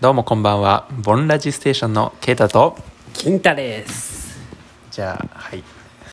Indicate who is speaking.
Speaker 1: どうもこんばんはボンラジステーションのケイタと
Speaker 2: 金太です
Speaker 1: じゃあはい